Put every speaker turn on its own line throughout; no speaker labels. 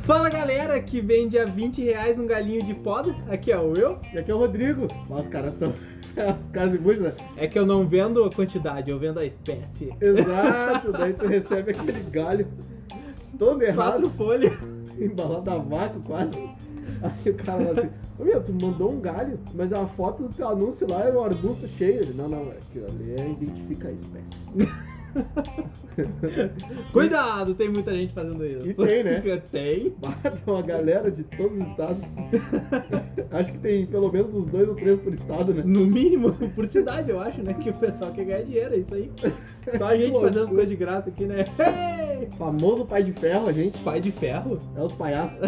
Fala galera que vende a 20 reais um galinho de poda. Aqui é o eu.
E aqui é o Rodrigo. Mas os caras são. Os caras imundos, né?
É que eu não vendo a quantidade, eu vendo a espécie.
Exato, daí tu recebe aquele galho todo errado,
Quatro folhas.
embalado a vácuo quase. Aí o cara lá assim, ô meu, tu mandou um galho, mas a foto do teu anúncio lá era um arbusto cheio. Ele, não, não, aquilo ali é identifica a espécie.
Cuidado, tem muita gente fazendo isso.
E tem, né?
tem.
Bata uma galera de todos os estados. Acho que tem pelo menos uns dois ou três por estado, né?
No mínimo, por cidade, eu acho, né? Que o pessoal quer ganhar dinheiro, é isso aí. Só a gente fazendo as coisas de graça aqui, né? Hey!
Famoso pai de ferro, a gente.
Pai de ferro?
É os palhaços.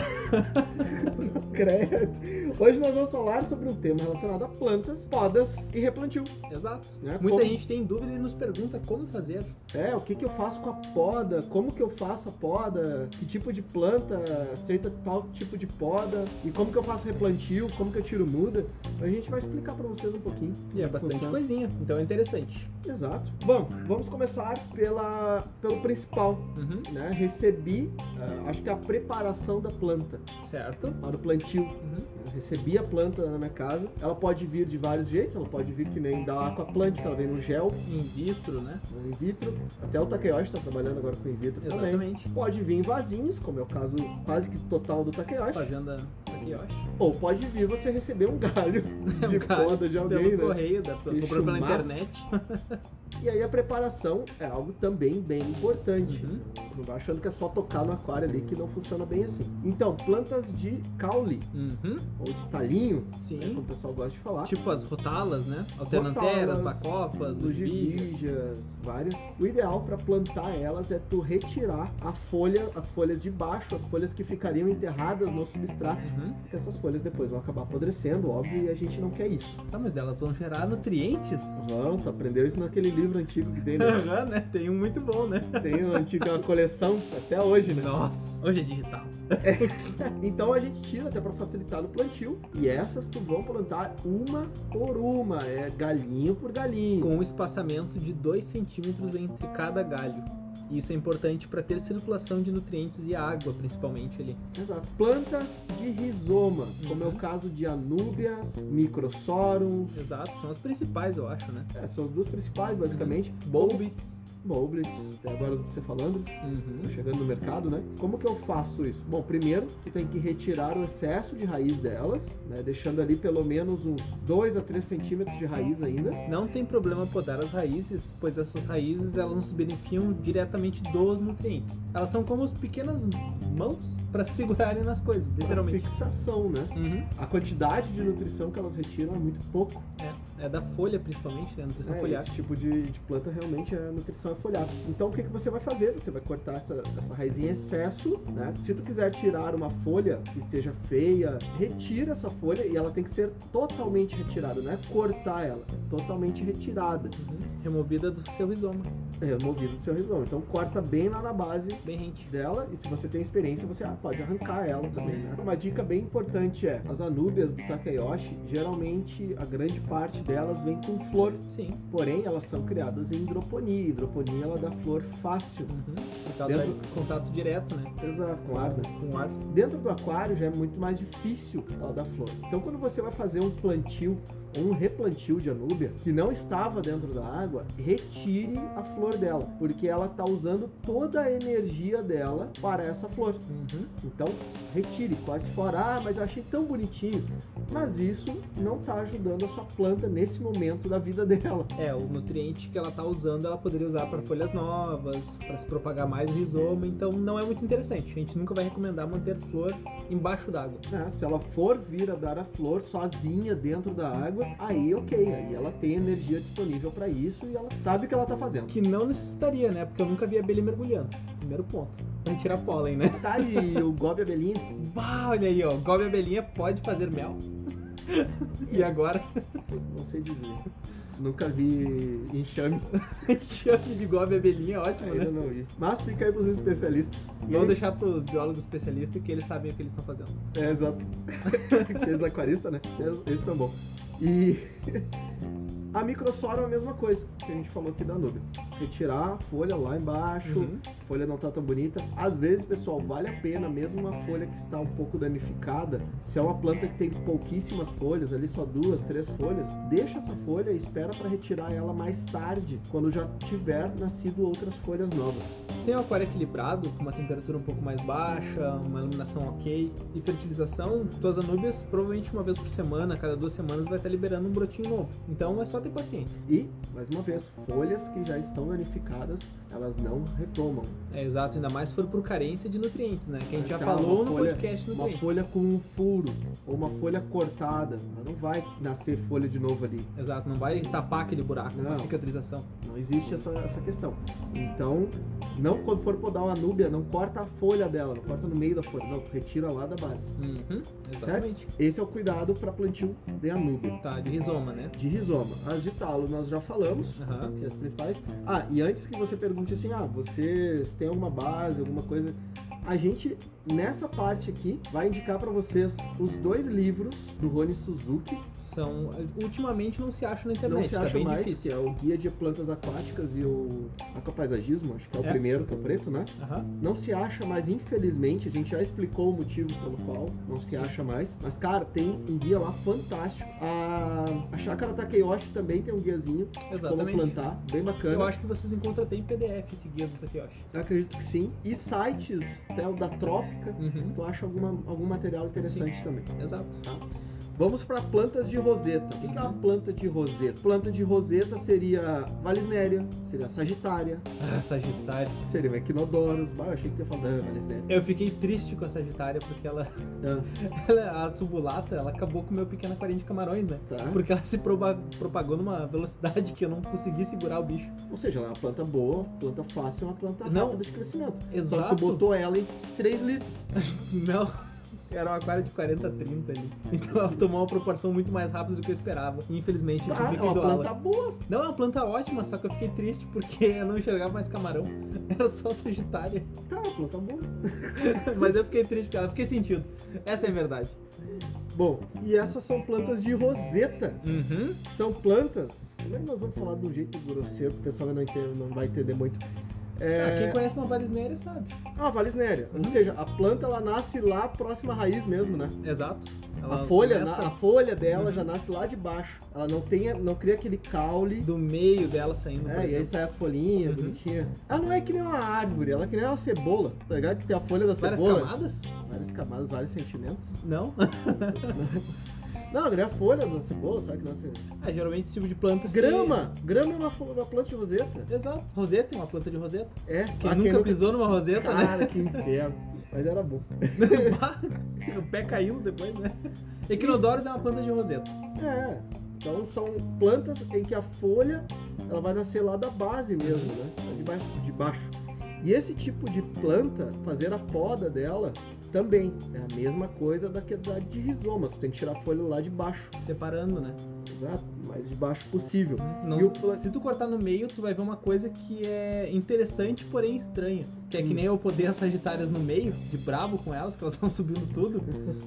Credo. Hoje nós vamos falar sobre um tema relacionado a plantas, podas e replantio.
Exato.
né?
Muita
Como-
gente tem dúvida e nos pergunta como fazer.
É, o que, que eu faço com a poda? Como que eu faço a poda? Que tipo de planta aceita tal tipo de poda? E como que eu faço replantio? Como que eu tiro muda? A gente vai explicar pra vocês um pouquinho.
E é bastante
Funciona.
coisinha, então é interessante.
Exato. Bom, vamos começar pela, pelo principal,
Uhum,
né? Recebi, ah, acho que a preparação da planta
certo.
para o plantio.
Uhum,
Eu recebi a planta na minha casa. Ela pode vir de vários jeitos. Ela pode vir que nem da aquaplante, que ela vem no gel,
In vitro, né?
no in vitro. Até o Takeyoshi está trabalhando agora com in vitro também.
Exatamente.
Pode vir em vasinhos, como é o caso quase que total do Takeyoshi.
Fazenda Takeyoshi.
Ou pode vir você receber um galho de
galho
poda de alguém,
Pelo
né?
correio, da,
Que
comprou pela
chumaço.
internet.
E aí a preparação é algo também bem importante.
Uhum.
Não vai achando que é só tocar no aquário ali que não funciona bem assim. Então, plantas de caule,
Uhum,
ou de talinho, né, como
sim.
o pessoal gosta de falar.
Tipo as rotalas, né? Alternanteras,
Rotalas,
bacopas, lujibijo.
Lugibijas, várias. O ideal para plantar elas é tu retirar a folha, as folhas de baixo, as folhas que ficariam enterradas no substrato,
Uhum.
porque essas folhas depois vão acabar apodrecendo, óbvio, e a gente não quer isso.
Tá, mas elas vão gerar nutrientes?
Vão, tu aprendeu isso naquele livro antigo que tem, né?
Aham, né? Tem um muito bom, né?
Tem uma antiga uma coleção até hoje, né?
Nossa, hoje é digital.
Então a gente tira até para facilitar no plantio. E essas tu vão plantar uma por uma, é galinho por galinho.
Com um espaçamento de 2 centímetros entre cada galho. Isso é importante para ter circulação de nutrientes e água, principalmente ali.
Exato. Plantas de rizoma, como é
Uhum.
o caso de anúbias, microsorums,
Exato, são as principais, eu acho, né?
é, são as duas principais basicamente.
Uhum. Bolbits.
Bulblets, até agora você falando,
Uhum.
chegando no mercado, né? Como que eu faço isso? Bom, primeiro tu tem que retirar o excesso de raiz delas, né? deixando ali pelo menos uns 2 a 3 centímetros de raiz ainda.
Não tem problema podar as raízes, pois essas raízes elas não se beneficiam diretamente dos nutrientes. Elas são como as pequenas mãos para segurarem nas coisas,
Pra
literalmente.
fixação, né?
Uhum.
A quantidade de nutrição que elas retiram é muito pouco.
É, é da folha, principalmente, né? Nutrição
É,
foliar.
esse tipo de, de planta realmente a nutrição é folhada. Então o que, que você vai fazer? Você vai cortar essa, essa raiz em excesso, né? Se tu quiser tirar uma folha que esteja feia, retira essa folha e ela tem que ser totalmente retirada, não é cortar ela, é totalmente retirada,
Uhum. Removida do seu rizoma,
removida do seu rizoma. Então corta bem lá na base
bem rente.
dela e se você tem experiência você ah, pode arrancar ela também né? uma dica bem importante é as anúbias do Takeyoshi geralmente a grande parte delas vem com flor
Sim.
Porém, elas são criadas em hidroponia. Hidroponia ela dá flor fácil.
Uhum. Por causa
Dentro-
do contato direto, né?
Exato, com ar, né?
Com ar.
Dentro do aquário já é muito mais difícil ela dar flor. Então, quando você vai fazer um plantio ou um replantio de anúbia que não estava dentro da água, retire a flor dela, porque ela está usando toda a energia dela para essa flor.
Uhum.
Então, retire, corte fora. Ah, mas eu achei tão bonitinho. Mas isso não está ajudando a sua planta nesse momento da vida dela.
É, o nutriente que ela tá usando, ela poderia usar para folhas novas, para se propagar mais o rizoma, então não é muito interessante. A gente nunca vai recomendar manter flor embaixo d'água.
né? Se ela for vir a dar a flor sozinha dentro da água, aí ok, aí ela tem energia disponível para isso e ela sabe o que ela tá fazendo.
Que não necessitaria, né? Porque eu nunca vi abelha mergulhando. Primeiro ponto. Pra tirar pólen, né?
Tá e o Gob Abelinho.
Bah, olha aí, ó. Gobe abelhinha pode fazer mel. e agora?
Não sei dizer. Nunca vi enxame,
Chame de gobe abelhinha, ótimo, né?
ainda não vi. Mas fica aí pros especialistas. E
Vamos
aí-
deixar pros biólogos especialistas que eles sabem o que eles estão fazendo.
É, exato. Vocês aquaristas, né? Vocês- Eles são bons. E é A microsora é a mesma coisa que a gente falou aqui da nuvem. Retirar a folha lá embaixo,
Uhum.
a folha não tá tão bonita. Às vezes, pessoal, vale a pena mesmo uma folha que está um pouco danificada. Se é uma planta que tem pouquíssimas folhas, ali só duas, três folhas, deixa essa folha e espera para retirar ela mais tarde, quando já tiver nascido outras folhas novas.
Se tem um aquário equilibrado, com uma temperatura um pouco mais baixa, uma iluminação ok e fertilização, tuas anúbias provavelmente uma vez por semana, a cada duas semanas, vai estar liberando um brotinho novo. Então é só ter paciência.
E, mais uma vez, folhas que já estão danificadas, elas não retomam.
É exato, ainda mais se for por carência de nutrientes, né? Que a gente já
Mas, cara,
falou
tá, uma
no
folha-
podcast
Uma
nutrientes.
folha com um furo, ou uma folha cortada, ela não vai nascer folha de novo ali.
Exato, não vai tapar aquele buraco com a
Não.
cicatrização.
Não existe essa, essa questão. Então, não quando for podar uma núbia, não corta a folha dela, não corta no meio da folha, não, tu retira lá da base.
Uhum, exatamente.
Esse é o cuidado para plantio de anúbia.
Tá, de rizoma, né?
De rizoma. As de talo nós já falamos,
Aham.
que é as principais. Ah, e antes que você pergunte assim, ah, vocês têm alguma base, alguma coisa? A gente, nessa parte aqui, vai indicar para vocês os dois livros do Rony Suzuki,
São. Ultimamente não se acha na internet,
não se
tá
acha
bem
mais,
difícil.
que é o Guia de Plantas Aquáticas e o Aquapaisagismo, acho que é o
É.
primeiro, que é o preto, né?
Aham.
Não se acha mais, infelizmente, a gente já explicou o motivo pelo qual não se acha mais. Mas, cara, tem um guia lá fantástico. A, a Chácara Takeyoshi também tem um guiazinho de como
Exatamente.
plantar, bem bacana.
Eu acho que vocês encontram até em PDF esse guia do Takeyoshi.
Eu acredito que sim. E sites, até o da Trópica,
Uhum,
tu acha alguma, algum material interessante também.
exato.
Vamos para plantas de roseta. O que que é uma planta de roseta? Planta de roseta seria Valisneria, seria Sagitária,
Ah, Sagitário.
seria o Equinodoros. Bah, eu achei que tu ia falar da Valisneria. Ah,
Eu fiquei triste com a Sagitária porque ela. ela- a subulata, ela acabou com o meu pequeno aquarinho de camarões, né?
Tá?
Porque ela se proba- propagou numa velocidade que eu não consegui segurar o bicho.
Ou seja, ela é uma planta boa, planta fácil, é uma planta
Não.
rápida de crescimento. Só que
Exato.
tu botou ela em 3 litros.
Não. Era um aquário de 40 30 ali. Então ela tomou uma proporção muito mais rápida do que eu esperava. Tipo E, Infelizmente, eu
Tá,
tive
é
que
uma
doá-la.
planta boa.
Não, é uma planta ótima, só que eu fiquei triste porque eu não enxergava mais camarão. Era só Sagitária.
Tá, é uma planta boa.
Mas eu fiquei triste com ela, fiquei sentido. Essa é a verdade.
Bom, e essas são plantas de roseta.
Uhum.
que são plantas. Como é que nós vamos falar de um jeito grosseiro que o pessoal não, entende, não vai entender muito?
Ah,
É...
quem conhece uma valisneira sabe.
Ah, valisnéria. Ou
Uhum.
seja, a planta ela nasce lá próxima à raiz mesmo, né?
Exato.
a folha,
começa
na- a folha dela
Uhum.
já nasce lá de baixo. Ela não tem, não cria aquele caule.
do meio dela saindo, por
É, e aí
exemplo.
sai as folhinhas,
Uhum.
bonitinha. Ela não é que nem uma árvore, ela é que nem uma cebola. Tá ligado? Que tem a folha da
Várias
cebola.
camadas?
Várias camadas, vários sentimentos.
Não.
Não, ela é a folha da cebola, sabe? Que nasce...
Ah, geralmente esse tipo de planta. se-
Grama! Grama é uma, fo- uma planta de roseta.
Exato. Roseta, uma planta de roseta.
É,
Quem
ah,
nunca pisou numa roseta, né?
Cara, que inferno. Mas era bom.
Bah, o pé caindo depois, né? Equinodoros é uma planta de roseta.
É. Então são plantas em que a folha ela vai nascer lá da base mesmo, né? Lá De baixo, de baixo. E esse tipo de planta, fazer a poda dela também é a mesma coisa da que da de rizoma. Tu tem que tirar a folha lá de baixo,
Separando, né?
exato, mais de baixo possível.
Não-
E o pla-
Se tu cortar no meio, tu vai ver uma coisa que é interessante, porém estranha. Que é que
Hum.
nem eu poder as sagitárias no meio, de brabo com elas, que elas estão subindo tudo.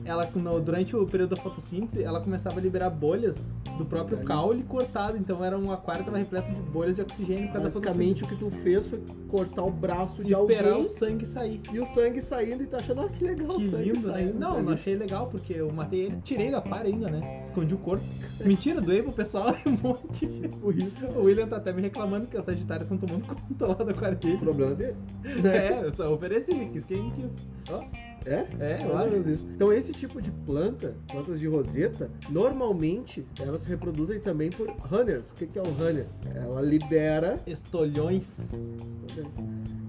Ela, no- durante o período da fotossíntese, ela começava a liberar bolhas do próprio
Daí.
caule cortado. Então era um aquário que estava repleto de bolhas de oxigênio por causa da
Basicamente o que tu fez foi cortar o braço
fotossíntese.
de
E esperar
alguém
o sangue sair.
e o sangue saindo e tá achando, ah, que legal
Que
o sangue
lindo, né?
saindo.
Não,
tá
eu não achei legal, porque eu matei ele. Tirei do aquário ainda, né? Escondi o corpo. Mentira, doei pro pessoal um monte.
Por tipo isso,
O William tá até me reclamando que as sagitárias estão tomando conta lá do aquário
o
dele.
problema dele. né?
É, eu só ofereci, quis quem quis. Ó,
É?
É,
Mais ou
olha.
menos isso. Então esse tipo de planta, plantas de roseta, normalmente elas se reproduzem também por runners. O que que é um runner? Ela libera,
Estolhões.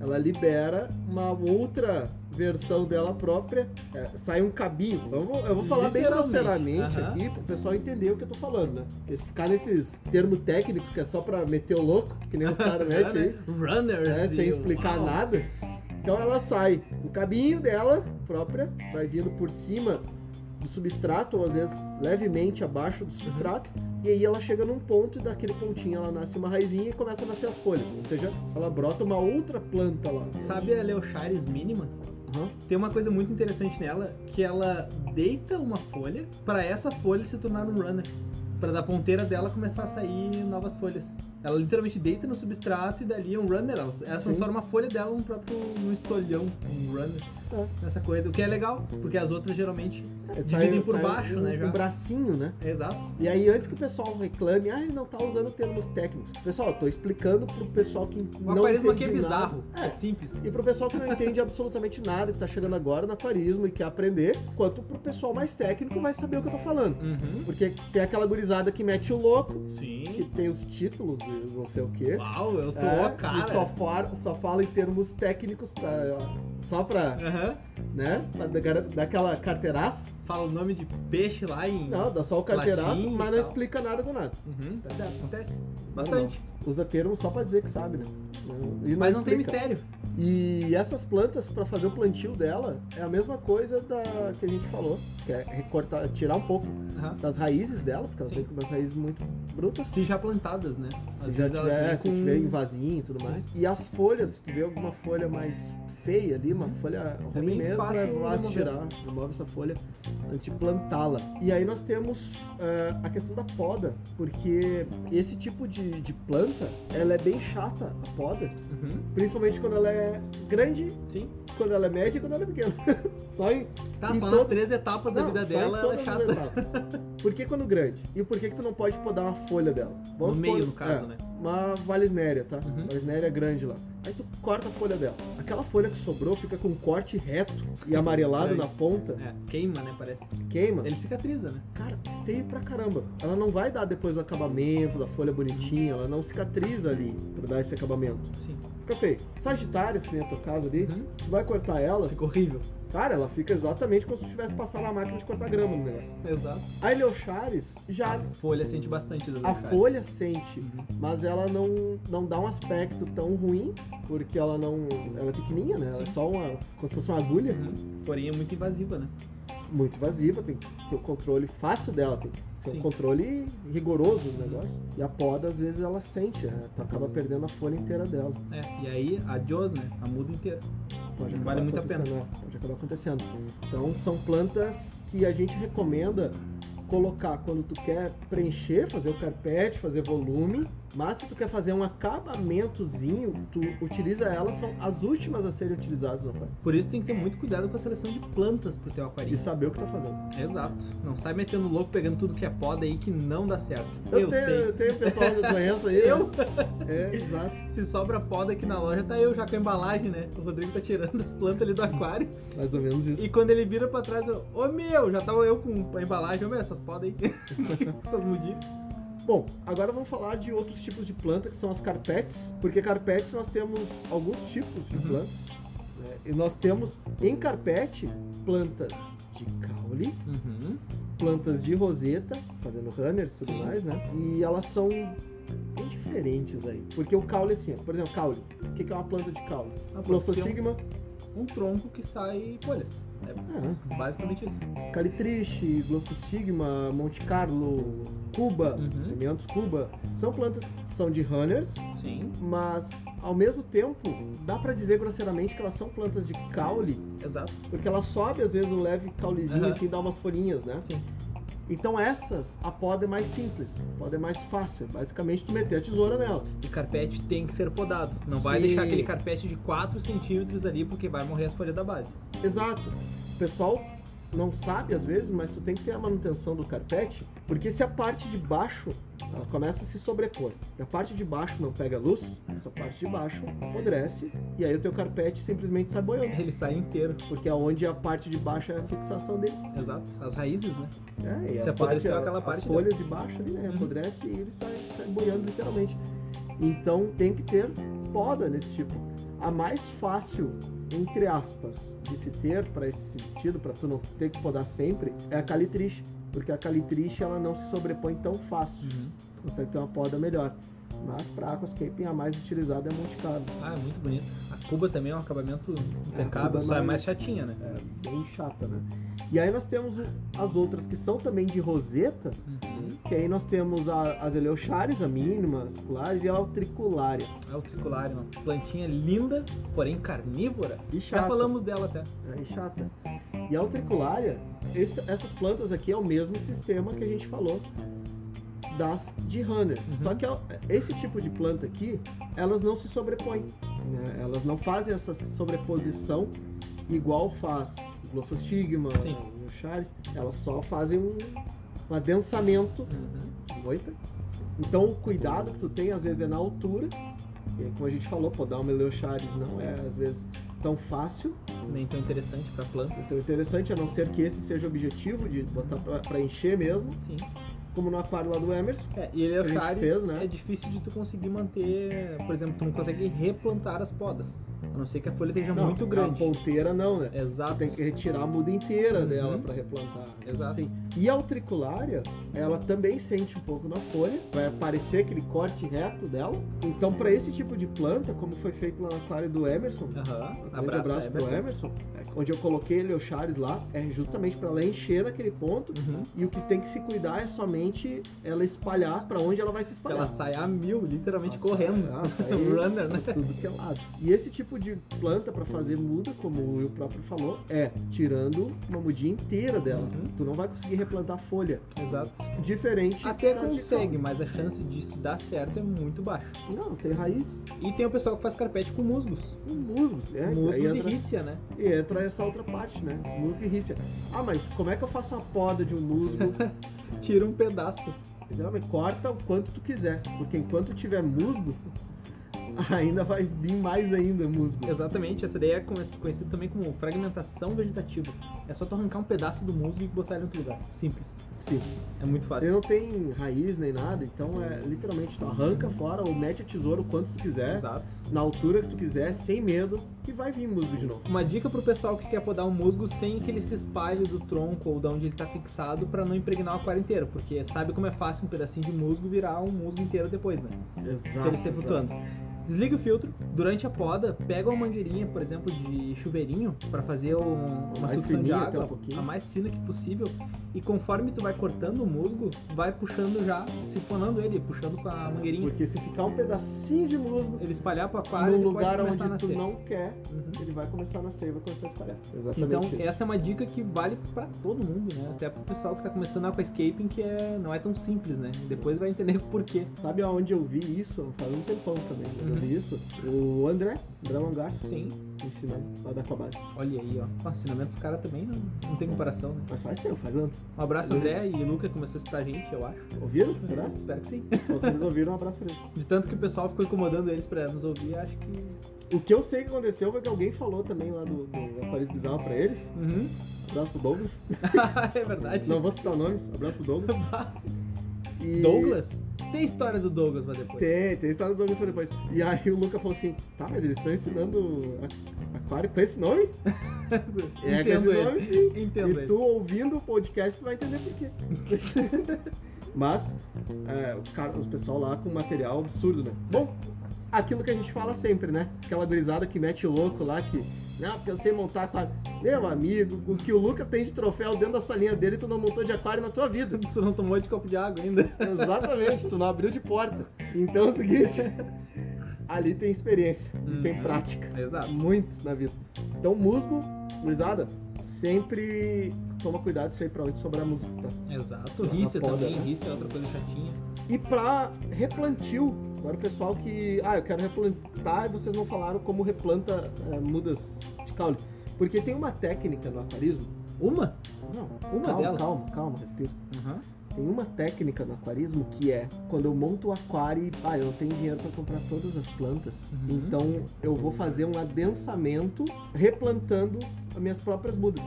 ela libera uma outra versão dela própria. É, sai um cabinho. Eu vou, eu vou falar bem
Literalmente.
grosseiramente
Aham.
aqui pro pessoal entender o que eu tô falando, né? Porque se ficar nesses termos técnicos que é só pra meter o louco, que nem os caras metem
É,
aí.
Runners.
né, sem
e-
explicar
uau.
nada. Então ela sai, o cabinho dela própria vai vindo por cima do substrato, ou às vezes levemente abaixo do substrato, e aí ela chega num ponto e daquele pontinho ela nasce uma raizinha e começa a nascer as folhas. Ou seja, ela brota uma outra planta lá.
Sabe a Leocharis mínima?
Aham.
Tem uma coisa muito interessante nela, que ela deita uma folha pra essa folha se tornar um runner. para da ponteira dela começar a sair novas folhas. Ela literalmente deita no substrato e dali é um runner. Ela, ela
Sim.
transforma a folha dela num próprio num estolhão, um runner.
É.
Essa coisa. O que é legal, porque as outras geralmente.
É,
Dividem por baixo,
um,
né, já.
Um bracinho, né?
É exato.
E aí, antes que o pessoal reclame, ah, ele não tá usando termos técnicos. Pessoal, eu tô explicando pro pessoal que
O
não
aquarismo aqui
entende
é bizarro.
nada.
É,
É.
simples.
E pro pessoal que não entende absolutamente nada, que tá chegando agora no aquarismo e quer aprender, quanto pro pessoal mais técnico vai saber o que eu tô falando.
Uhum.
Porque tem aquela gurizada que mete o louco, que
Sim.
tem os títulos e não sei o quê.
Uau, eu sou
É,
o cara.
E só fala, só fala em termos técnicos pra, só pra,
Aham.
né, pra dar gar- dar aquela carteiraça.
Fala o nome de peixe lá em.
Não, dá só o carteiraço,
Latim e
mas não
tal.
explica nada do nada.
Uhum, tá certo, acontece.
Normal.
Bastante.
Usa termos só pra dizer que sabe, né? E
Mas não tem
explica.
mistério.
E essas plantas, pra fazer o plantio dela, é a mesma coisa da que a gente falou, que é recortar, tirar um pouco
Aham.
das raízes dela, porque elas
Sim.
vêm com umas raízes muito brutas.
Se já plantadas, né?
Se já
elas
tiver,
vêm
se
com-
tiver em vasinho e tudo
Sim.
mais. E as folhas, se tu vê alguma folha mais feia ali, uma folha ruim
bem
mesmo,
fácil
é fácil
remover.
tirar, remove essa folha antes de plantá-la. E aí nós temos eh, a questão da poda, porque esse tipo de, de planta, ela é bem chata, a poda,
Uhum,
principalmente quando ela é grande,
Sim.
quando ela é média e quando ela é pequena. Só em
Tá,
Em
só nas
todo-
três etapas da
não,
vida
só em
dela, ela é
todas as
chata.
etapas. Por que quando grande? E por que que tu não pode podar uma folha dela?
No
Vamos
meio,
supor-
no
é,
caso, né?
uma valisnéria, tá?
Uhum.
Valisnéria grande lá. Aí tu corta a folha dela. Aquela folha que sobrou fica com um corte reto e amarelado na
Estranho.
ponta,
É, queima, né? Parece.
queima.
Ele cicatriza, né?
Cara, feio pra caramba. Ela não vai dar depois o acabamento da folha bonitinha, ela não cicatriza ali pra dar esse acabamento.
Sim.
Fica feio. Sagitárias, que nem a tua casa ali,
Uhum.
tu vai cortar elas,
Fica horrível.
cara, ela fica exatamente como se tu tivesse passado a máquina de cortar grama no negócio.
Exato.
A Eleochares, já
A folha sente bastante do
a
cara.
folha sente
Uhum.
mas ela não, não dá um aspecto tão ruim, porque ela não. Ela é pequenininha, né? Ela é
Sim.
só uma. como se fosse uma agulha.
Uhum. Porém, é muito invasiva, né?
Muito invasiva, tem que ter o controle fácil dela, tem que ter um
Sim.
controle rigoroso do negócio. E a poda, às vezes, ela sente, né? Tu acaba perdendo a folha inteira dela.
É. E aí, adiós, né? A muda inteira.
Pode acabar
Vale muito a pena.
acontecendo, é, Pode acabar acontecendo. Então, são plantas que a gente recomenda colocar quando tu quer preencher, fazer o carpete, fazer volume, mas se tu quer fazer um acabamentozinho, tu utiliza elas, são as últimas a serem utilizadas no aquário.
Por isso tem que ter muito cuidado com a seleção de plantas pro teu
E
aquarismo.
saber o que tá fazendo.
Exato. Não sai metendo louco, pegando tudo que é poda aí que não dá certo. Eu,
tenho,
sei.
eu tenho pessoal que eu conheço aí.
Eu?
né? É, exato.
Se sobra poda aqui na loja, tá eu já com a embalagem, né? O Rodrigo tá tirando as plantas ali do aquário.
Mais ou menos isso.
E quando ele vira pra trás, eu, ô meu, já tava eu com a embalagem, ô meu, essas podas aí. essas mudinhas.
Bom, agora vamos falar de outros tipos de planta que são as carpetes, porque carpetes nós temos alguns tipos de
Uhum.
plantas. né? E nós temos em carpete plantas de caule,
Uhum.
plantas de roseta, fazendo runners e tudo
Sim.
mais, né? E elas são bem diferentes aí. Porque o caule, assim, ó, por exemplo, caule. O que que é uma planta de caule?
Ah, pô, tem
Glossostigma,
um, um tronco que sai folhas.
ah,
É basicamente isso.
calitriche, glossostigma, monte carlo, cuba,
Uhum.
pimientos cuba. São plantas que são de runners,
Sim,
mas ao mesmo tempo dá pra dizer grosseiramente que elas são plantas de caule,
exato.
porque ela sobe às vezes um leve caulezinho
Aham.
assim, dá umas folhinhas, né?
Sim.
Então essas, a poda é mais simples, a poda é mais fácil, basicamente tu meter a tesoura nela.
E carpete tem que ser podado. Não vai
Sim.
deixar aquele carpete de 4 centímetros ali, porque vai morrer as folhas da base.
Exato. O pessoal não sabe às vezes, mas tu tem que ter a manutenção do carpete, porque se a parte de baixo ela começa a se sobrepor, e a parte de baixo não pega luz, essa parte de baixo apodrece, e aí o teu carpete simplesmente sai boiando.
Ele sai inteiro.
Porque é onde a parte de baixo é a fixação dele.
Exato. As raízes, né?
É, e
Se
a parte,
apodreceu
a-
aquela parte
As folhas de baixo ali, né?
Uhum.
Apodrece e ele sai, sai boiando literalmente. Então tem que ter poda nesse tipo. A mais fácil, entre aspas, de se ter para esse sentido, para tu não ter que podar sempre, é a calitriche. Porque a calitriche ela não se sobrepõe tão fácil.
Uhum.
Tu Consegue ter uma poda melhor. Mas para aquascaping a mais utilizada é Monte Carlo.
Ah, é muito bonito. A cuba também é um acabamento impecável,
cuba
só é
mais-
mais chatinha, né?
É bem chata, né? E aí nós temos o- as outras que são também de roseta,
Uhum.
Que aí nós temos a- as eleochares, a mínima, as culares e a utriculária.
É o triculário, uma plantinha linda, porém carnívora.
E chata.
Já falamos dela até.
É, e chata. E a utriculária, esse- essas plantas aqui é o mesmo sistema que a gente falou das de runner.
Uhum.
Só que ela- esse tipo de planta aqui, elas não se sobrepõem, né? elas não fazem essa sobreposição igual faz o glossostigma,
Sim.
o chares, elas só fazem um, um adensamento
Uhum.
moita. Então o cuidado que tu tem às vezes é na altura, e aí, como a gente falou, podar uma Eleocharis não é às vezes tão fácil,
Nem tão interessante pra planta.
então interessante a não ser que esse seja o objetivo de botar pra, pra encher mesmo,
Sim.
como no aquário lá do Emerson.
É, e ele
Que a gente
Charis,
fez, né?
é difícil de tu conseguir manter, por exemplo, tu não consegue replantar as podas. A não ser que a folha esteja
Não,
É
é
muito grande.
A ponteira não, né?
Exato.
Tem que retirar a muda inteira
Uhum.
dela pra replantar.
Exato.
Sim. E a utriculária, ela também sente um pouco na folha, vai aparecer aquele corte reto dela. Então, pra esse tipo de planta, como foi feito lá no aquário do Emerson,
Aham.
Um grande
Abraço,
abraço pro
Emerson.
Emerson, é, onde eu coloquei ele, o Chares lá, é justamente para ela encher aquele ponto.
Uhum.
E o que tem que se cuidar é somente ela espalhar para onde ela vai se espalhar.
Ela sai a mil, literalmente
Nossa,
correndo.
nossa, aí-
Runner, né?
Tudo que é lado. E esse tipo de planta para fazer muda, como o Will próprio falou, é tirando uma mudinha inteira dela.
Uhum.
Tu não vai conseguir replantar folha.
Exato.
Diferente.
Até
das tá de
consegue, mas a chance disso dar certo é muito baixa.
campo. Não, tem raiz
E tem o pessoal que faz carpete com musgos.
com musgos. É,
musgos
aí
e
entra-
rícia, né?
E entra essa outra parte, né? Musgo e rícia. Ah, mas como é que eu faço a poda de um musgo
Tira um pedaço.
Literalmente, corta o quanto tu quiser, porque enquanto tiver musgo, ainda vai vir mais ainda musgo.
Exatamente, essa ideia é conhe- conhecida também como fragmentação vegetativa. É só tu arrancar um pedaço do musgo e botar ele em outro lugar. Simples.
Sim.
É muito
Ele
fácil.
não tem raiz nem nada, então é literalmente tu arranca fora ou mete a tesoura o quanto tu
É.
quiser,
Exato.
na altura que tu quiser, sem medo, e vai vir musgo de novo.
Uma dica pro pessoal que quer podar um musgo sem que ele se espalhe do tronco ou de onde ele tá fixado pra não impregnar o aquário inteiro, porque sabe como é fácil um pedacinho de musgo virar um musgo inteiro depois, né? se ele
Exato.
estiver
exato.
flutuando. Desliga o filtro, durante a poda, pega uma mangueirinha, por exemplo, de chuveirinho, pra fazer um- uma
Mais
sucção de
fininha, até
água,
um pouquinho.
a mais fina que possível, e conforme tu vai cortando o musgo, vai puxando já, sifonando ele, puxando com a mangueirinha.
Porque se ficar um pedacinho de musgo
Ele espalhar pro aquário,
no
ele
lugar
pode
onde
começar
tu
a nascer.
não quer,
Uhum.
ele vai começar a nascer e vai começar a espalhar.
Então,
Exatamente. isso.
essa é uma dica que vale pra todo mundo, né? Até pro pessoal que tá começando a aquascaping, que é, não é tão simples, né? Depois vai entender o porquê.
Sabe aonde eu vi isso? Faz um tempão também. mas Eu
Uhum.
vi isso. O André, André Longato,
Sim,
ensinando lá da Aquabase.
olha aí, ó. O ensinamento dos caras também não, não tem comparação, né?
Mas faz tempo, faz anos.
Um abraço,
Valeu.
André e Luca, que começou a escutar a gente, eu acho.
Ouviram? Uhum. Será?
Espero que sim.
Então, se Vocês ouviram, um abraço pra eles.
De tanto que o pessoal ficou incomodando eles pra nos ouvir, acho que.
O que eu sei que aconteceu foi que alguém falou também lá do, do Aquarius Bizarro pra eles.
Uhum.
Abraço pro Douglas.
é verdade.
Não vou citar nomes. Abraço pro Douglas. E-
Douglas? Tem história do Douglas lá depois.
Tem, tem história do Douglas pra depois. E aí o Luca falou assim: tá, mas eles estão ensinando a- aquário com esse nome? É, com esse
Entendo ele.
nome, sim.
Entendo
e
ele.
tu ouvindo o podcast, tu vai entender por quê. Mas, é, o, cara, o pessoal lá com material absurdo, né? Bom, aquilo que a gente fala sempre, né? Aquela gurizada que mete o louco lá, que... Não, porque eu sei montar aquário. Meu amigo, o que o Luca tem de troféu dentro da salinha dele, tu não montou de aquário na tua vida.
Tu não tomou de copo de água ainda?
Exatamente, tu não abriu de porta. Então é o seguinte, ali tem experiência, e tem
Uhum.
prática
Exato.
muito na vida. Então, musgo, gurizada, sempre toma cuidado isso aí pra onde sobrar musgo, tá?
Exato.
Lá na
Rícia
poda,
também.
né?
Rícia é outra coisa chatinha.
E pra replantio, agora o pessoal que, ah, eu quero replantar e vocês não falaram como replanta é, mudas de caule. Porque tem uma técnica no aquarismo.
Uma?
Não,
Uma
calma,
delas.
Calma, calma, respira.
Uhum.
Tem uma técnica no aquarismo que é quando eu monto o aquário e, ah, eu não tenho dinheiro pra comprar todas as plantas,
Uhum.
então eu vou fazer um adensamento replantando as minhas próprias mudas.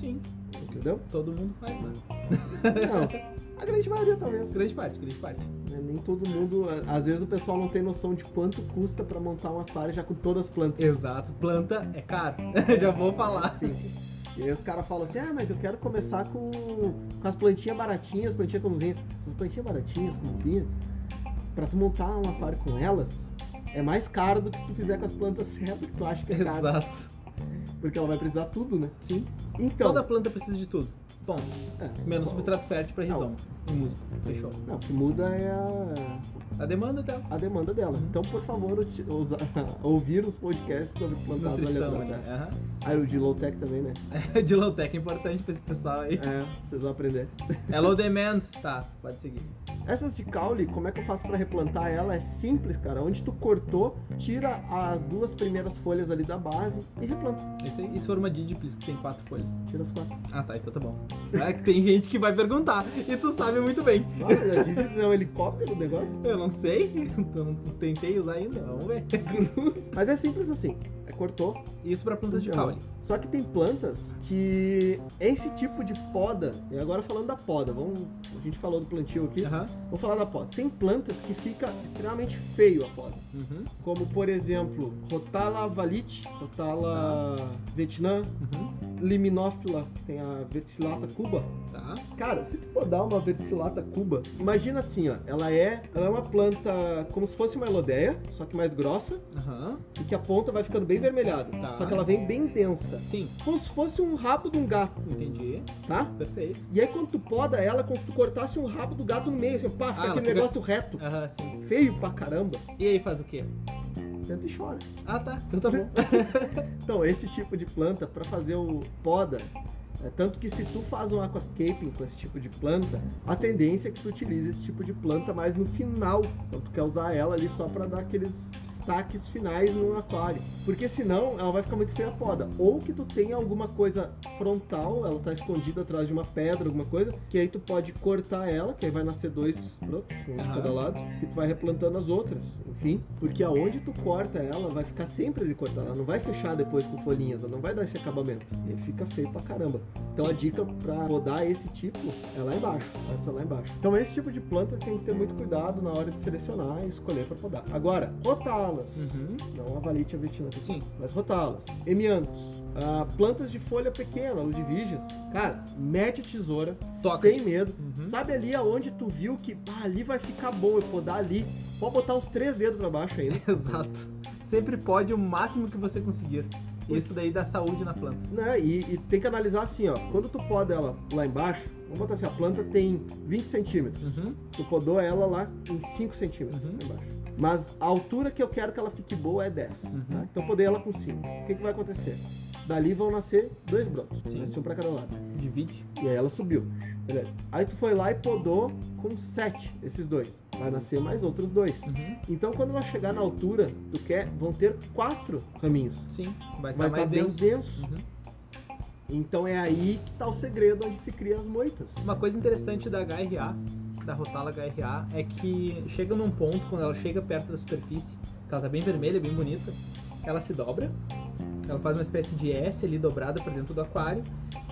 Sim.
Entendeu?
Todo mundo faz, né?
Não. A grande maioria talvez.
Grande parte, grande parte.
né? Nem todo mundo. a- Às vezes o pessoal não tem noção de quanto custa pra montar um aquário já com todas as plantas.
Exato. Planta é caro. Já vou falar.
Assim. E aí os caras falam assim, ah, mas eu quero começar com, com as plantinhas baratinhas, plantinha comumzinha. Essas plantinhas baratinhas, comumzinha, pra tu montar um aquário com elas, é mais caro do que se tu fizer com as plantas certas que tu acha que é caro.
Exato.
Porque ela vai precisar tudo, né?
Sim.
Então,
Toda planta precisa de tudo. Ponto.
É,
Menos
só-
substrato fértil pra rizoma. E música. Fechou.
Não, o que muda é a,
A demanda tá? dela.
a demanda dela.
Uhum.
Então, por favor, uti- usa- ouvir os podcasts sobre plantados
Nutrição.
aleatórios.
Né?
né?
Aham.
Ah, e o de low tech também, né?
De low tech é importante pra esse pessoal aí.
É, vocês vão aprender.
É low demand. Tá, pode seguir.
Essas de caule, como é que eu faço pra replantar ela? É simples, cara. Onde tu cortou, tira as duas primeiras folhas ali da base e replanta.
Isso aí. Isso forma didiplis, que tem quatro folhas.
Tira as quatro.
Ah, tá. Então tá bom. É que tem gente que vai perguntar. E tu sabe muito bem.
Ah, a Digits é um helicóptero o negócio?
Eu não sei. Eu não tentei usar ainda. Vamos ver.
Mas é simples assim. É cortou,
Isso pra plantas de caule.
Só que tem plantas que esse tipo de poda, e agora falando da poda, vamos, a gente falou do plantio aqui,
Aham.
vou falar da poda. Tem plantas que fica extremamente feio a poda,
Uhum.
como por exemplo, Rotala valite, Rotala vietnã,
Uhum.
Liminófila, que tem a Verticillata cuba.
Tá.
Cara, se tu podar uma Verticillata cuba, imagina assim, ó, ela é, ela é uma planta como se fosse uma elodeia, só que mais grossa,
Aham.
e que a ponta vai ficando bem vermelhada,
Tá.
só que ela vem bem densa.
Sim,
como se fosse um rabo de um gato,
entendi.
tá?
Perfeito.
E aí quando tu poda ela, é como se tu cortasse um rabo do gato no meio, assim, pá, fica
Ah, ela
aquele
fica-
negócio reto,
Aham, sim.
feio pra caramba,
E aí faz o quê?
senta e chora.
Ah, tá. Então tá bom.
Então, esse tipo de planta, pra fazer o poda, é, tanto que se tu faz um aquascaping com esse tipo de planta, a tendência é que tu utilize esse tipo de planta mais no final. Então tu quer usar ela ali só pra dar aqueles destaques finais no aquário. Porque senão ela vai ficar muito feia a poda. Ou que tu tenha alguma coisa frontal, ela tá escondida atrás de uma pedra, alguma coisa, que aí tu pode cortar ela, que aí vai nascer dois brotos, um de
Aham.
cada lado, e tu vai replantando as outras, enfim. Porque aonde tu corta ela, vai ficar sempre ali cortada. Ela não vai fechar depois com folhinhas, ela não vai dar esse acabamento. E fica feio pra caramba. Então a dica pra rodar esse tipo é lá embaixo, tá lá embaixo. Então esse tipo de planta tem que ter muito cuidado na hora de selecionar e escolher pra podar. Agora, rotalas.
Uhum.
Não a valite avetina,
Sim.
mas rotalas. Hemiantos. ah, plantas de folha pequena, ludivígeas. Cara, mete a tesoura,
Toca.
sem medo.
Uhum.
Sabe ali aonde tu viu que ah, ali vai ficar bom eu podar ali? Pode botar os três dedos pra baixo ainda.
Exato. Sempre pode o máximo que você conseguir. Isso daí dá saúde na planta.
né? E, e tem que analisar assim, ó. Quando tu poda ela lá embaixo, vamos botar assim, a planta tem 20 centímetros.
Uhum.
Tu podou ela lá em 5 centímetros
Uhum.
lá embaixo. Mas a altura que eu quero que ela fique boa é 10.
Uhum.
tá? Então eu podei ela com 5. O que, que vai acontecer? Dali vão nascer dois brotos.
Sim.
Nasce um pra cada lado.
Divide.
E aí ela subiu. Beleza. Aí tu foi lá e podou com 7 esses dois. Vai nascer mais outros dois.
Uhum.
Então quando ela chegar na altura, tu quer. Vão ter quatro raminhos.
Sim. Vai tá estar
Vai
mais
estar bem
denso.
denso.
Uhum.
Então é aí que tá o segredo onde se cria as moitas.
Uma coisa interessante da HRA, da Rotala HRA, é que chega num ponto, quando ela chega perto da superfície, que ela tá bem vermelha, bem bonita, ela se dobra, ela faz uma espécie de S ali dobrada pra dentro do aquário,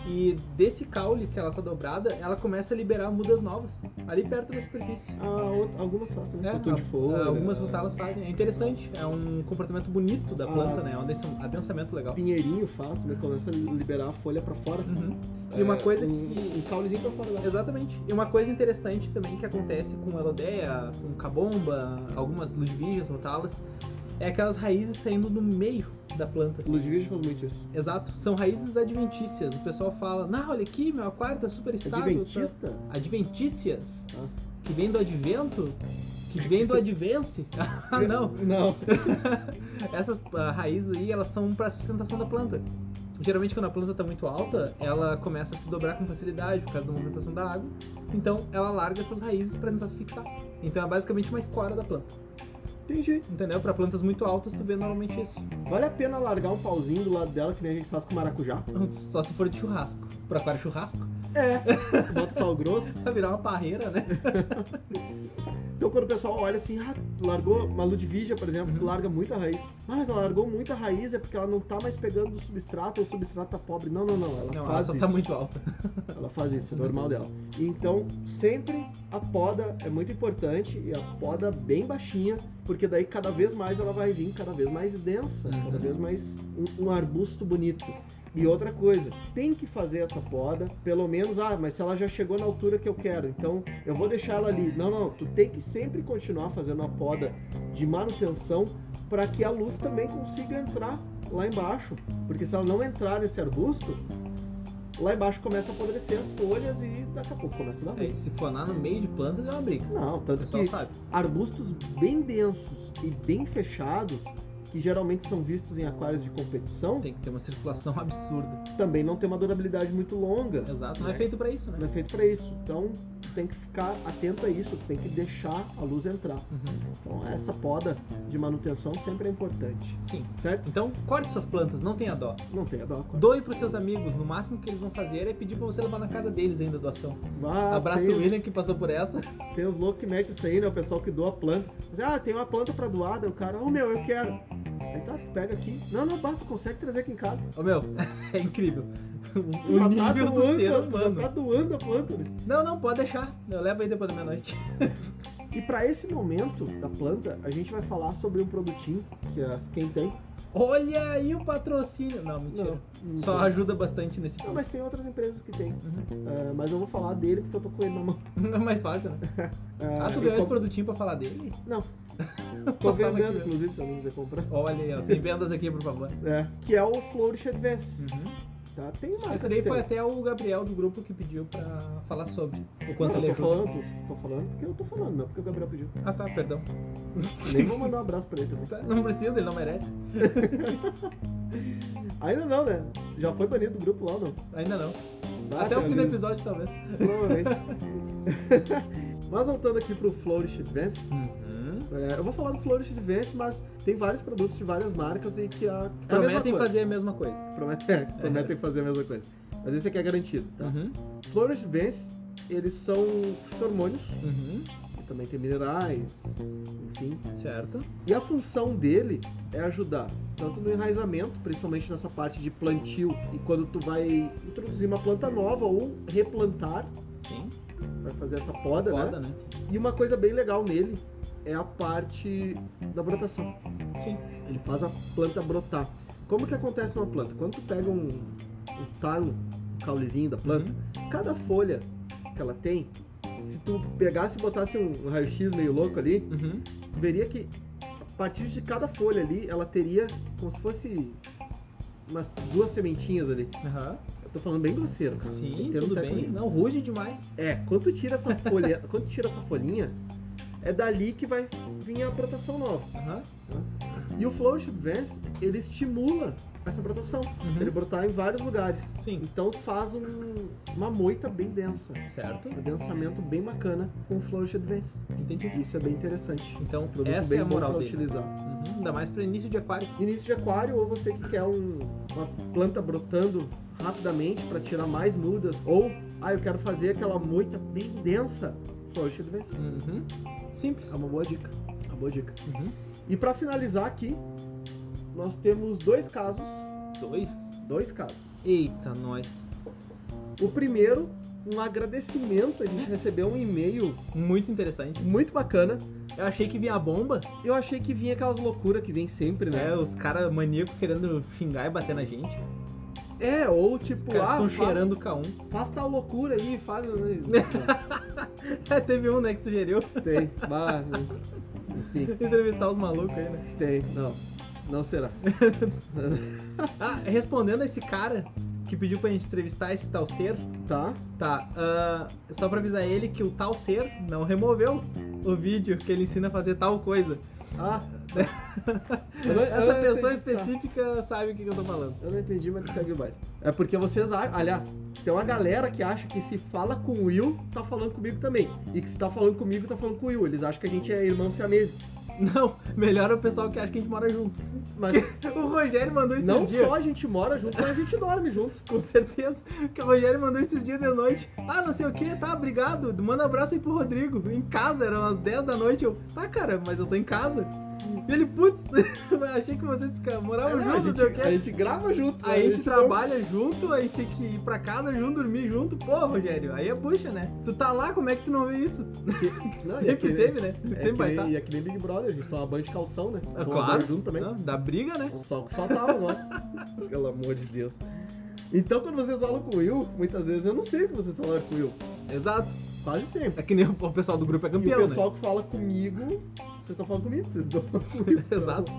e desse caule que ela tá dobrada, ela começa a liberar mudas novas, ali perto da superfície.
Ah, out- algumas fazem também.
É,
Botão de
a-
folha.
Algumas rotalas fazem, é interessante, é um comportamento bonito da planta, né? É um adensa- adensamento legal.
Pinheirinho faz também, começa a liberar a folha pra fora.
Uhum. E uma
É,
coisa
um,
que-
Um caulezinho pra fora. lá.
Exatamente. E uma coisa interessante também que acontece com elodeia, com cabomba, algumas ludvígias, rotalas, é aquelas raízes saindo do meio da planta.
Ludwig faz muito é isso.
Exato. São raízes adventícias. O pessoal fala, não, olha aqui, meu aquário tá super
É
estável. tá-
adventista?
Adventícias.
Ah.
Que vem do advento? Que vem do advence? ah, não.
Não.
Essas ah, raízes aí, elas são para sustentação da planta. Geralmente, quando a planta está muito alta, ela começa a se dobrar com facilidade por causa da movimentação da água. Então, ela larga essas raízes para tentar se fixar. Então, é basicamente uma escora da planta.
Entendi.
Entendeu? Para plantas muito altas, tu vê normalmente isso.
Vale a pena largar um pauzinho do lado dela, que nem a gente faz com maracujá?
Só se for de churrasco. Para aquário churrasco,
É. Bota sal grosso.
vai virar uma parreira, né?
Então quando o pessoal olha assim, ah, largou uma Ludvigia, por exemplo,
Uhum.
larga muita raiz. Ah, mas ela largou muita raiz é porque ela não tá mais pegando do substrato ou o substrato tá pobre. Não, não, não.
Não,
Ela
ela
faz
só
isso.
tá muito alta.
Ela faz isso, é normal dela. Então, sempre a poda é muito importante e a poda bem baixinha, porque daí cada vez mais ela vai vir cada vez mais densa,
Uhum.
cada vez mais um, um arbusto bonito. E outra coisa, tem que fazer essa poda, pelo menos, ah, mas se ela já chegou na altura que eu quero, então eu vou deixar ela ali. Não, não, tu tem que sempre continuar fazendo a poda de manutenção para que a luz também consiga entrar lá embaixo, porque se ela não entrar nesse arbusto, Lá embaixo começa a apodrecer as folhas e daqui a pouco começa a dar
É,
briga.
e se fanar no meio de plantas é uma briga.
Não,
O
tanto
pessoal
que
sabe.
arbustos bem densos e bem fechados, que geralmente são vistos em aquários de competição,
Tem que ter uma circulação absurda.
também não tem uma durabilidade muito longa.
Exato, não é feito pra isso, né?
Não é feito pra isso. Então tem que ficar atento a isso, tem que deixar a luz entrar.
Uhum.
Então essa poda de manutenção sempre é importante,
Sim.
certo?
Então, corte suas plantas, não tenha dó.
Não tenha dó. Corta.
Doe pros seus amigos, no máximo que eles vão fazer é pedir pra você levar na casa deles ainda a doação.
Ah,
Abraço
tem,
o William que passou por essa.
Tem os loucos que metem isso aí, né? O pessoal que doa planta. Mas, ah, tem uma planta pra doar, daí o cara, ô meu, eu quero. Aí tá, tu pega aqui. Não, não, bata, consegue trazer aqui em casa.
Ô meu, é incrível.
Tu
O
já tá
nível do ser
doando, tu já
humano.
tá doando a planta, né?
Não, não, pode deixar. Eu levo aí depois da meia-noite.
E pra esse momento da planta, a gente vai falar sobre um produtinho que as quem tem.
Olha aí o patrocínio. Não, mentira.
não
Só
tem.
ajuda bastante nesse
Não,
ponto.
mas tem outras empresas que tem.
Uhum.
Ah, mas eu vou falar dele porque eu tô com ele na mão.
É mais fácil, né?
Ah,
Ah, tu ganhou
e
esse
como-
produtinho pra falar dele?
Tô
Só tava
vendendo,
aqui, né?
inclusive, se alguém quiser comprar.
Olha aí, ó. Sem vendas aqui, por favor.
É, que é o Flourish Advance.
Uhum. Ah,
Tá? Tem
Esse
marcas
daí
que
foi
tem.
até o Gabriel do grupo que pediu pra falar sobre o quanto
não,
ele
eu tô
ajuda.
falando, tô, tô falando porque eu tô falando, não porque o Gabriel pediu.
Ah tá, perdão.
Nem vou mandar um abraço pra ele também.
Tá, Não precisa, ele não merece.
Ainda não, né? Já foi banido do grupo lá, ou não?
Ainda não.
Ah,
até o
cara,
fim do
mesmo.
episódio, talvez.
Provavelmente. mas voltando aqui pro Flourish Advance,
Uhum.
É, eu vou falar do Flourish Advance, mas tem vários produtos de várias marcas e que a. que é a mesma
Prometem
coisa.
fazer a mesma coisa.
Promete- é, prometem fazer a mesma coisa. Mas esse aqui é garantido, tá?
Uhum.
Flourish Advance, eles são fitormônios,
Uhum.
que também tem minerais, enfim.
Certo.
E a função dele é ajudar tanto no enraizamento, principalmente nessa parte de plantio, e quando tu vai introduzir uma planta nova ou replantar,
Sim.
vai fazer essa poda, né?
Foda, né?
E uma coisa bem legal nele é a parte da brotação.
Sim.
Ele faz a planta brotar. Como que acontece uma planta? Quando tu pega um, um talo, um caulezinho da
Uhum.
planta, cada folha que ela tem, se tu pegasse e botasse um, um raio-x meio louco ali,
Uhum.
tu veria que a partir de cada folha ali, ela teria como se fosse umas duas sementinhas ali.
Aham.
Eu tô falando bem grosseiro, cara. Esse
Sim,
termo
tudo
tá
bem.
comigo.
Não, rude demais.
É, quando tu tira essa folha, quando tu tira essa folhinha, é dali que vai vir a brotação nova.
Aham.
E o Flourish Advance, ele estimula essa brotação.
Uhum.
Ele brotar em vários lugares.
Sim.
Então tu faz um- uma moita bem densa.
Certo.
Um densamento bem bacana com o Flourish Advance.
Entendi.
Isso é bem interessante.
Então,
Um produto
essa
bem
é a
bom
moral
pra
dele.
utilizar.
Uhum. Ainda mais pra início de aquário.
Início de aquário ou você que quer um- uma planta brotando rapidamente para tirar mais mudas. Ou, ah, eu quero fazer aquela moita bem densa. Flourish Advance.
Uhum. Simples.
É uma boa dica. é Uma boa dica.
Uhum.
E pra finalizar aqui, nós temos dois casos.
Dois.
Dois casos.
Eita, nós.
O primeiro, um agradecimento. A gente recebeu um e-mail
Muito interessante.
muito bacana.
Eu achei que vinha a bomba.
Eu achei que vinha aquelas loucuras que vem sempre,
É,
né?
os caras maníacos querendo xingar e bater na gente.
É, ou
Os
tipo,
caras
ah,
estão
faz,
cheirando o K1.
faz tal loucura aí, faz. né?
Teve um, né, que sugeriu
tem, né? bah, enfim,
entrevistar os malucos aí, né?
tem, não. Não será.
Ah, respondendo a esse cara que pediu pra gente entrevistar esse tal ser,
Tá?
Tá, ah, só pra avisar ele que o tal ser não removeu o vídeo que ele ensina a fazer tal coisa.
Ah, Eu não- eu
Essa
não
pessoa
entendi, tá.
específica sabe o que, que eu tô falando.
eu não entendi, mas segue o baile. É porque vocês acham. Aliás, tem uma galera que acha que se fala com o Will, tá falando comigo também. E que se tá falando comigo, tá falando com o Will. Eles acham que a gente é irmão siameses.
Não, melhor é o pessoal que acha que a gente mora junto.
Mas
O Rogério mandou esses
não
dias.
só a gente mora junto, mas a gente dorme junto.
Com certeza, que o Rogério mandou esses dias de noite. Ah, não sei o que, tá, obrigado. Manda um abraço aí pro Rodrigo. Em casa, eram umas 10 da noite. Eu, tá, cara, mas eu tô em casa. E ele, putz, achei que vocês ficavam- moravam
É, a,
juntos, não
gente,
sei o quê.
a gente grava junto.
A gente
não-
trabalha junto, a gente tem que ir pra casa junto, dormir junto. Pô, Rogério, aí é bucha, né? Tu tá lá, como é que tu não vê isso?
Não, e é que,
Sempre teve, né?
é
Sempre
que
vai
nem-
estar.
E é que nem Big Brother, a gente toma banho de calção, né? Toma
claro.
banho junto também.
Não, Dá briga, né?
Só o que faltava né? agora. Pelo amor de Deus. Então, quando vocês falam com o Will, muitas vezes eu não sei o que vocês falaram com o Will.
Exato.
Quase sempre.
É que nem o o pessoal do grupo é
e
campeão,
o pessoal que fala comigo, vocês estão falando comigo, vocês dão com o Will.
né? Exato.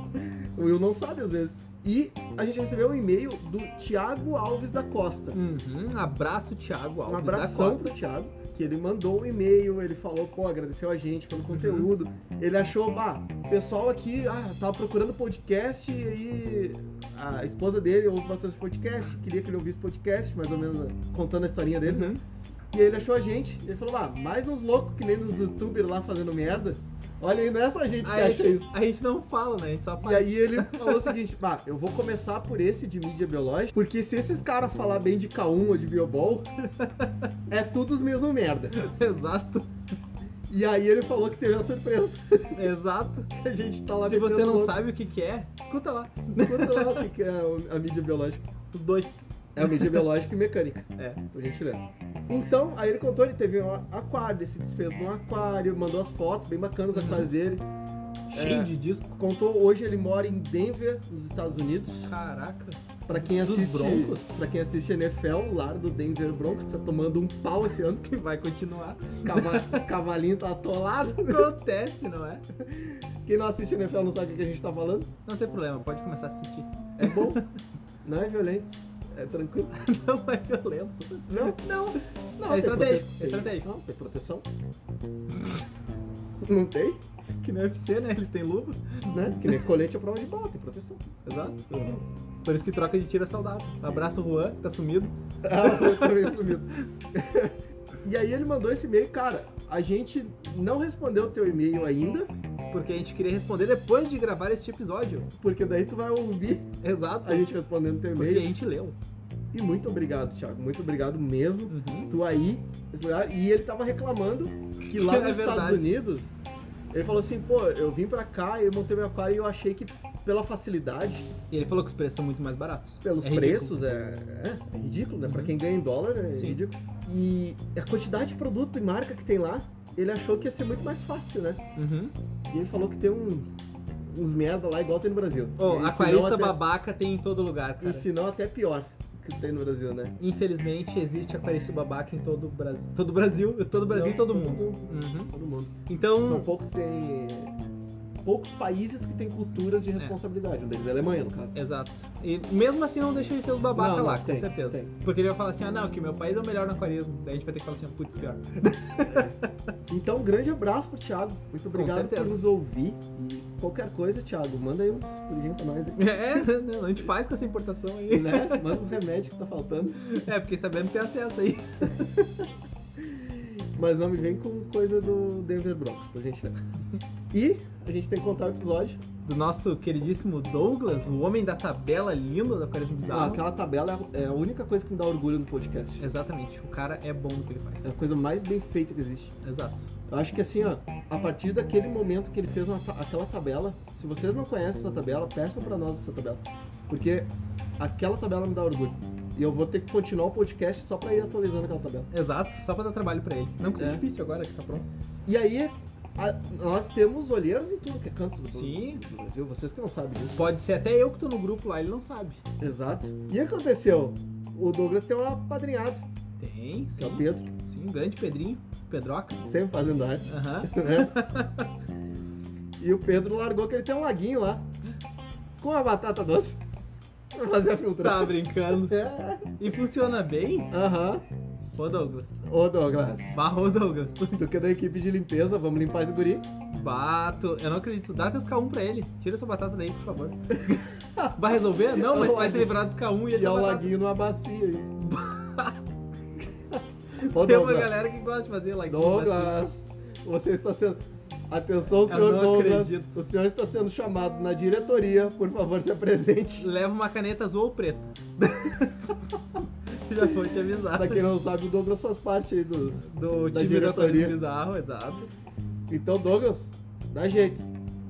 O Will não sabe às vezes. E a gente recebeu um e-mail do Tiago Alves da Costa.
Uhum, abraço, Thiago Alves
Um
da
abração
Costa.
pro Thiago, que ele mandou um e-mail, ele falou, pô, agradeceu a gente pelo conteúdo. Ele achou, bah, o pessoal aqui, ah, tava procurando podcast e aí a esposa dele ouve bastante podcast, queria que ele ouvisse podcast, mais ou menos contando a historinha dele, né? E aí ele achou a gente, ele falou, ah, mais uns loucos que nem nos youtubers lá fazendo merda. Olha aí, não é só a gente que
A
acha isso.
gente, a gente não fala, né? A gente só
E
faz.
aí ele falou o seguinte, bah, eu vou começar por esse de mídia biológica, porque se esses caras falar bem de K1 ou de Biobol, é tudo os mesmos merda.
Exato,
E aí ele falou que teve uma surpresa,
exato.
que a gente tá lá
Se você
metendo
não
louco.
sabe o que, que é, escuta lá.
Escuta lá o que que é o- a mídia biológica.
Os dois.
É a mídia biológica e mecânica.
É.
Por gentileza. Então, aí ele contou, ele teve um aquário, ele se desfez de um aquário, mandou as fotos, bem bacanas os
Uhum.
aquários dele. É.
Cheio de disco.
Contou, hoje ele mora em Denver, nos Estados Unidos.
Caraca.
Pra quem
Dos
assiste,
Broncos?
para quem assiste NFL, o lar do Denver Broncos tá tomando um pau esse ano,
Que vai continuar.
cava, os cavalinhos tá atolado.
Acontece, não é?
Quem não assiste NFL não sabe o que a gente tá falando.
Não tem problema, pode começar a assistir.
É bom, não é violento, é tranquilo.
Não é violento.
Não,
Não.
não,
É
tem
estratégico,
prote-
é estratégico.
Não, tem proteção. Não tem,
Que nem UFC, né? Eles têm luva.
né? Que nem colete à prova de bola, tem proteção.
Exato. Por isso que troca de tiro é saudável. Abraço, Juan, que tá sumido.
Ah, eu também sumido. E aí ele mandou esse e-mail, cara, a gente não respondeu o teu e-mail ainda,
Porque a gente queria responder depois de gravar este episódio.
porque daí tu vai ouvir
Exato.
a gente respondendo teu
Porque a
e-mail.
gente leu.
E muito obrigado, Thiago. Muito obrigado mesmo.
Uhum.
Tu aí. esse lugar. E ele tava reclamando que lá
É
nos Estados
verdade.
Unidos, ele falou assim, pô, eu vim pra cá, eu montei meu aquário e eu achei que pela facilidade,
E ele falou que os preços são muito mais baratos.
pelos
É ridículo.
preços, é, é, é ridículo, né? Pra
Uhum.
quem ganha em dólar, é
Sim.
ridículo. E a quantidade de produto e marca que tem lá, ele achou que ia ser muito mais fácil, né?
Uhum.
E ele falou que tem um- uns merda lá igual tem no Brasil.
Ô,
E se não,
aquarista
até-
babaca tem em todo lugar,
E
cara.
se não, até pior que tem no Brasil, né?
Infelizmente existe aquarista babaca em todo o Brasil. Todo o Brasil, todo o Brasil e
Não,
todo mundo.
mundo.
Uhum.
Todo mundo. São
Então,
poucos que têm. Poucos países que têm culturas de responsabilidade. Um deles é a Alemanha, no caso.
exato. E mesmo assim não deixa de ter os babaca
Não, não,
lá, com
tem,
certeza.
tem.
Porque ele vai falar assim, ah não, que meu país é o melhor no aquarismo. Daí a gente vai ter que falar assim, putz, pior.
Então, um grande abraço pro Thiago. Muito obrigado por
certeza.
nos ouvir. E qualquer coisa, Thiago, manda aí uns pulinhos pra nós. aí,
É, né, a gente faz com essa importação aí.
Né? Manda os remédios que tá faltando.
É, fiquei sabendo que tem acesso aí.
Mas não me vem com coisa do Denver Broncos, por gentileza. E a gente tem que contar o episódio.
Do nosso queridíssimo Douglas, o homem da tabela linda do aquarismo
Ah,
bizarro.
aquela tabela é a única coisa que me dá orgulho no podcast.
Exatamente, o cara é bom no que ele faz.
É a coisa mais bem feita que existe.
Exato.
Eu acho que assim, ó, a partir daquele momento que ele fez uma ta- aquela tabela, se vocês não conhecem essa tabela, peçam pra nós essa tabela. Porque aquela tabela me dá orgulho. E eu vou ter que continuar o podcast só pra ir atualizando aquela tabela.
Exato, só pra dar trabalho pra ele. Não que seja
É.
difícil agora, que tá pronto.
E aí, a- nós temos olheiros em tudo que é canto do
Sim.
do Brasil, vocês que não sabem disso.
Pode ser até eu que tô no grupo lá, ele não sabe.
Exato. E o que aconteceu? O Douglas tem um apadrinhado,
Tem,
que é o
sim.
Pedro,
Sim, um grande Pedrinho, Pedroca.
sempre fazendo arte,
Aham.
né? e o Pedro largou que ele tem um laguinho lá, com a batata doce, pra fazer a filtragem.
Tá brincando.
É.
E funciona bem?
Aham.
Ô Douglas.
Ô, Douglas.
Barro Douglas.
Tu que é da equipe de limpeza, vamos limpar esse guri.
Bato. Eu não acredito. Dá teus K1 pra ele. Tira essa batata daí, por favor. Vai resolver? Não, mas vai se livrar dos K1 e ele tá
E é
dá
o
batata.
laguinho numa bacia aí. Ô,
Tem uma
Douglas.
galera que gosta de fazer assim. laguinho.
Douglas. Você está sendo... Atenção, senhor
não
Douglas.
acredito.
O senhor está sendo chamado na diretoria. Por favor, se apresente.
Leva uma caneta azul ou preta. Já vou te avisar.
Pra quem não sabe, o Douglas faz parte aí do...
Do
da
time do
diretoria.
Atlético Bizarro, exato.
Então, Douglas, dá jeito.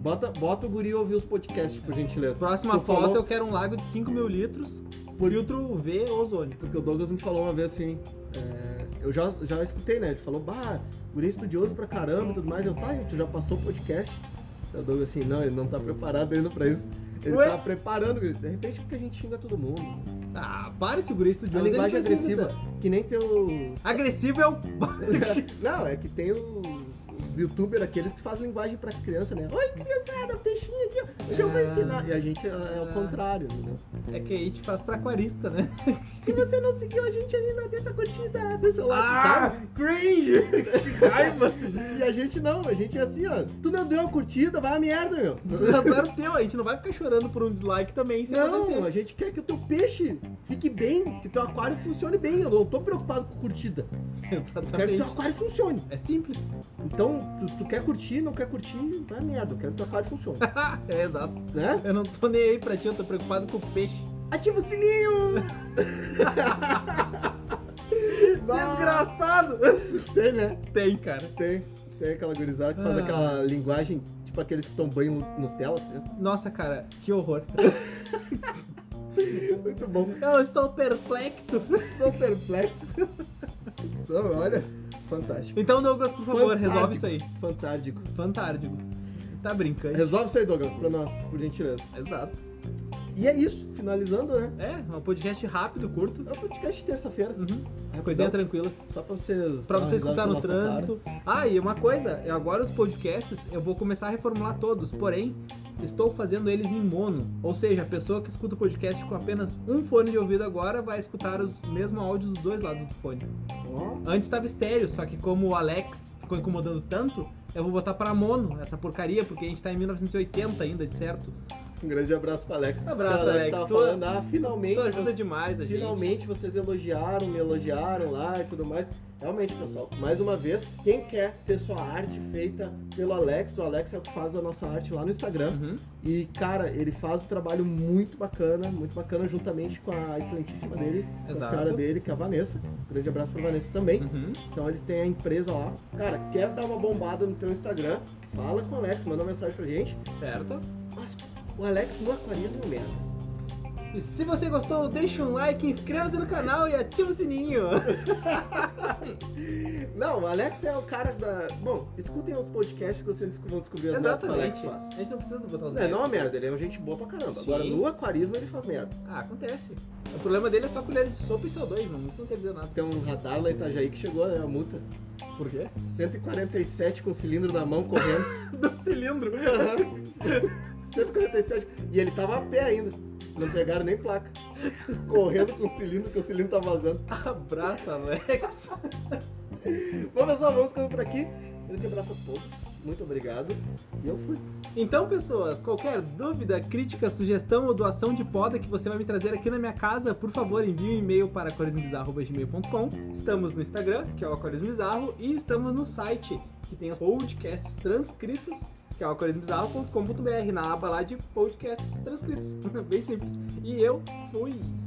Bota, bota o guri ouvir os podcasts, por gentileza.
Próxima
Tu
foto
falou-
eu quero um lago de 5 mil litros,
Por-
filtro V ozônio.
Porque o Douglas me falou uma vez assim, é, eu já, já escutei, né? Ele falou, bah, guri é estudioso pra caramba e tudo mais. Eu, tá, tu já passou o podcast? Aí O Douglas assim, não, ele não tá preparado ainda pra isso. Ele
Ué?
tá preparando, guri. De repente porque a gente xinga todo mundo.
Ah, para esse guri
A
estudioso. ele
linguagem
precisa.
agressiva, que nem tem os...
Agressivo é o.
não, é que tem os, os os youtubers aqueles que fazem linguagem pra criança, né? Oi, criançada, peixinho aqui, ó, hoje eu vou
Ah.
ensinar. E a gente é, é o contrário, entendeu?
É que aí te faz pra aquarista, né?
Se você não seguiu a gente ainda dessa curtida do seu lado, sabe?
cringe!
Raiva! E a gente não, a gente é assim, ó. Tu não deu a curtida, vai a merda, meu.
Azar é um teu, a gente não vai ficar chorando por um dislike também se
assim, Não,
acontecer.
a gente quer que o teu peixe fique bem, que teu aquário funcione bem. Eu não tô preocupado com curtida. Eu quero um- que
Exatamente.
teu aquário funcione.
É simples.
Então, tu, tu quer curtir, não quer curtir, vai a merda. Eu quero que teu aquário funcione,
é exato.
né?
Eu não tô nem aí pra ti, eu tô preocupado com o peixe.
Ativa o sininho! Ah! Desgraça!
Desgraçado!
Tem, né?
Tem, cara.
Tem. Tem aquela gurizada que faz
Ah.
aquela linguagem, tipo aqueles que tomam banho no Nutella. tá ligado?
Nossa, cara, que horror.
Muito bom.
Eu estou perplexo.
Tô perplexo. Então, olha, fantástico.
Então, Douglas, por favor,
Fantástico.
resolve isso aí.
Fantástico.
Fantástico. Tá brincando.
Resolve isso aí, Douglas, pra nós, por gentileza.
Exato.
E é isso, finalizando, né?
É, é um podcast rápido, curto.
É o podcast de terça-feira.
Uhum.
Rapidão,
Coisinha tranquila.
Só pra vocês.
Pra
dar
você
uma risada
escutar
Tá com a
no
nossa
trânsito. Ah, e uma coisa, agora os podcasts eu vou começar a reformular todos, porém, estou fazendo eles em mono. Ou seja, a pessoa que escuta o podcast com apenas um fone de ouvido agora vai escutar os mesmo áudios dos dois lados do fone.
cara. Ó,
Antes estava estéreo, só que como o Alex ficou incomodando tanto, eu vou botar pra mono essa porcaria, porque a gente tá em 1980 ainda, de certo.
um grande abraço pra Alex.
Abraço,
Cara,
Alex.
Tava
Tu-
falando, ah, finalmente.
Tu Então, ajuda
vocês-
demais a gente.
Finalmente vocês elogiaram, me elogiaram lá e tudo mais. Realmente, pessoal, mais uma vez, quem quer ter sua arte feita pelo Alex, o Alex é o que faz a nossa arte lá no Instagram.
Uhum.
E, cara, ele faz um trabalho muito bacana, muito bacana, juntamente com a excelentíssima dele, com a
Exato.
senhora dele, que é a Vanessa. Grande abraço pra Vanessa também.
Uhum.
Então eles têm a empresa lá. Cara, quer dar uma bombada no teu Instagram? Fala com o Alex, manda uma mensagem pra gente.
Certo.
Mas o Alex no aquarismo é uma merda.
E se você gostou, deixa um like, inscreva-se no canal e ativa o sininho.
Não, o Alex é o cara da. Bom, escutem os podcasts que vocês desco- vão descobrir as merdas que o Alex
Exatamente.
faz.
é A gente não precisa botar os
Não, é
dedos.
não é uma merda, ele é um gente boa pra caramba.
Sim.
Agora no aquarismo ele faz merda.
Ah, acontece. O problema dele é só colheres de sopa e CO2, não, isso não quer dizer nada.
Tem um radar lá em Itajaí que chegou, né? A multa.
Por quê?
147 com o cilindro na mão correndo.
Do cilindro.
Aham. 147. E ele tava a pé ainda. Não pegaram nem placa. Correndo com o cilindro, que o cilindro tá vazando.
Abraço, Alex.
Bom, pessoal, vamos ficando por aqui. Grande abraço a todos. Muito obrigado. E eu fui.
Então, pessoas, qualquer dúvida, crítica, sugestão ou doação de poda que você vai me trazer aqui na minha casa, por favor, envie um e-mail para aquarismobizarro.gmail.com. Estamos no Instagram, que é o Aquarismo Bizarro, e estamos no site, que tem os podcasts transcritos, que é o aquarismobizarro.com.br, na aba lá de podcasts transcritos. Bem simples. E eu fui.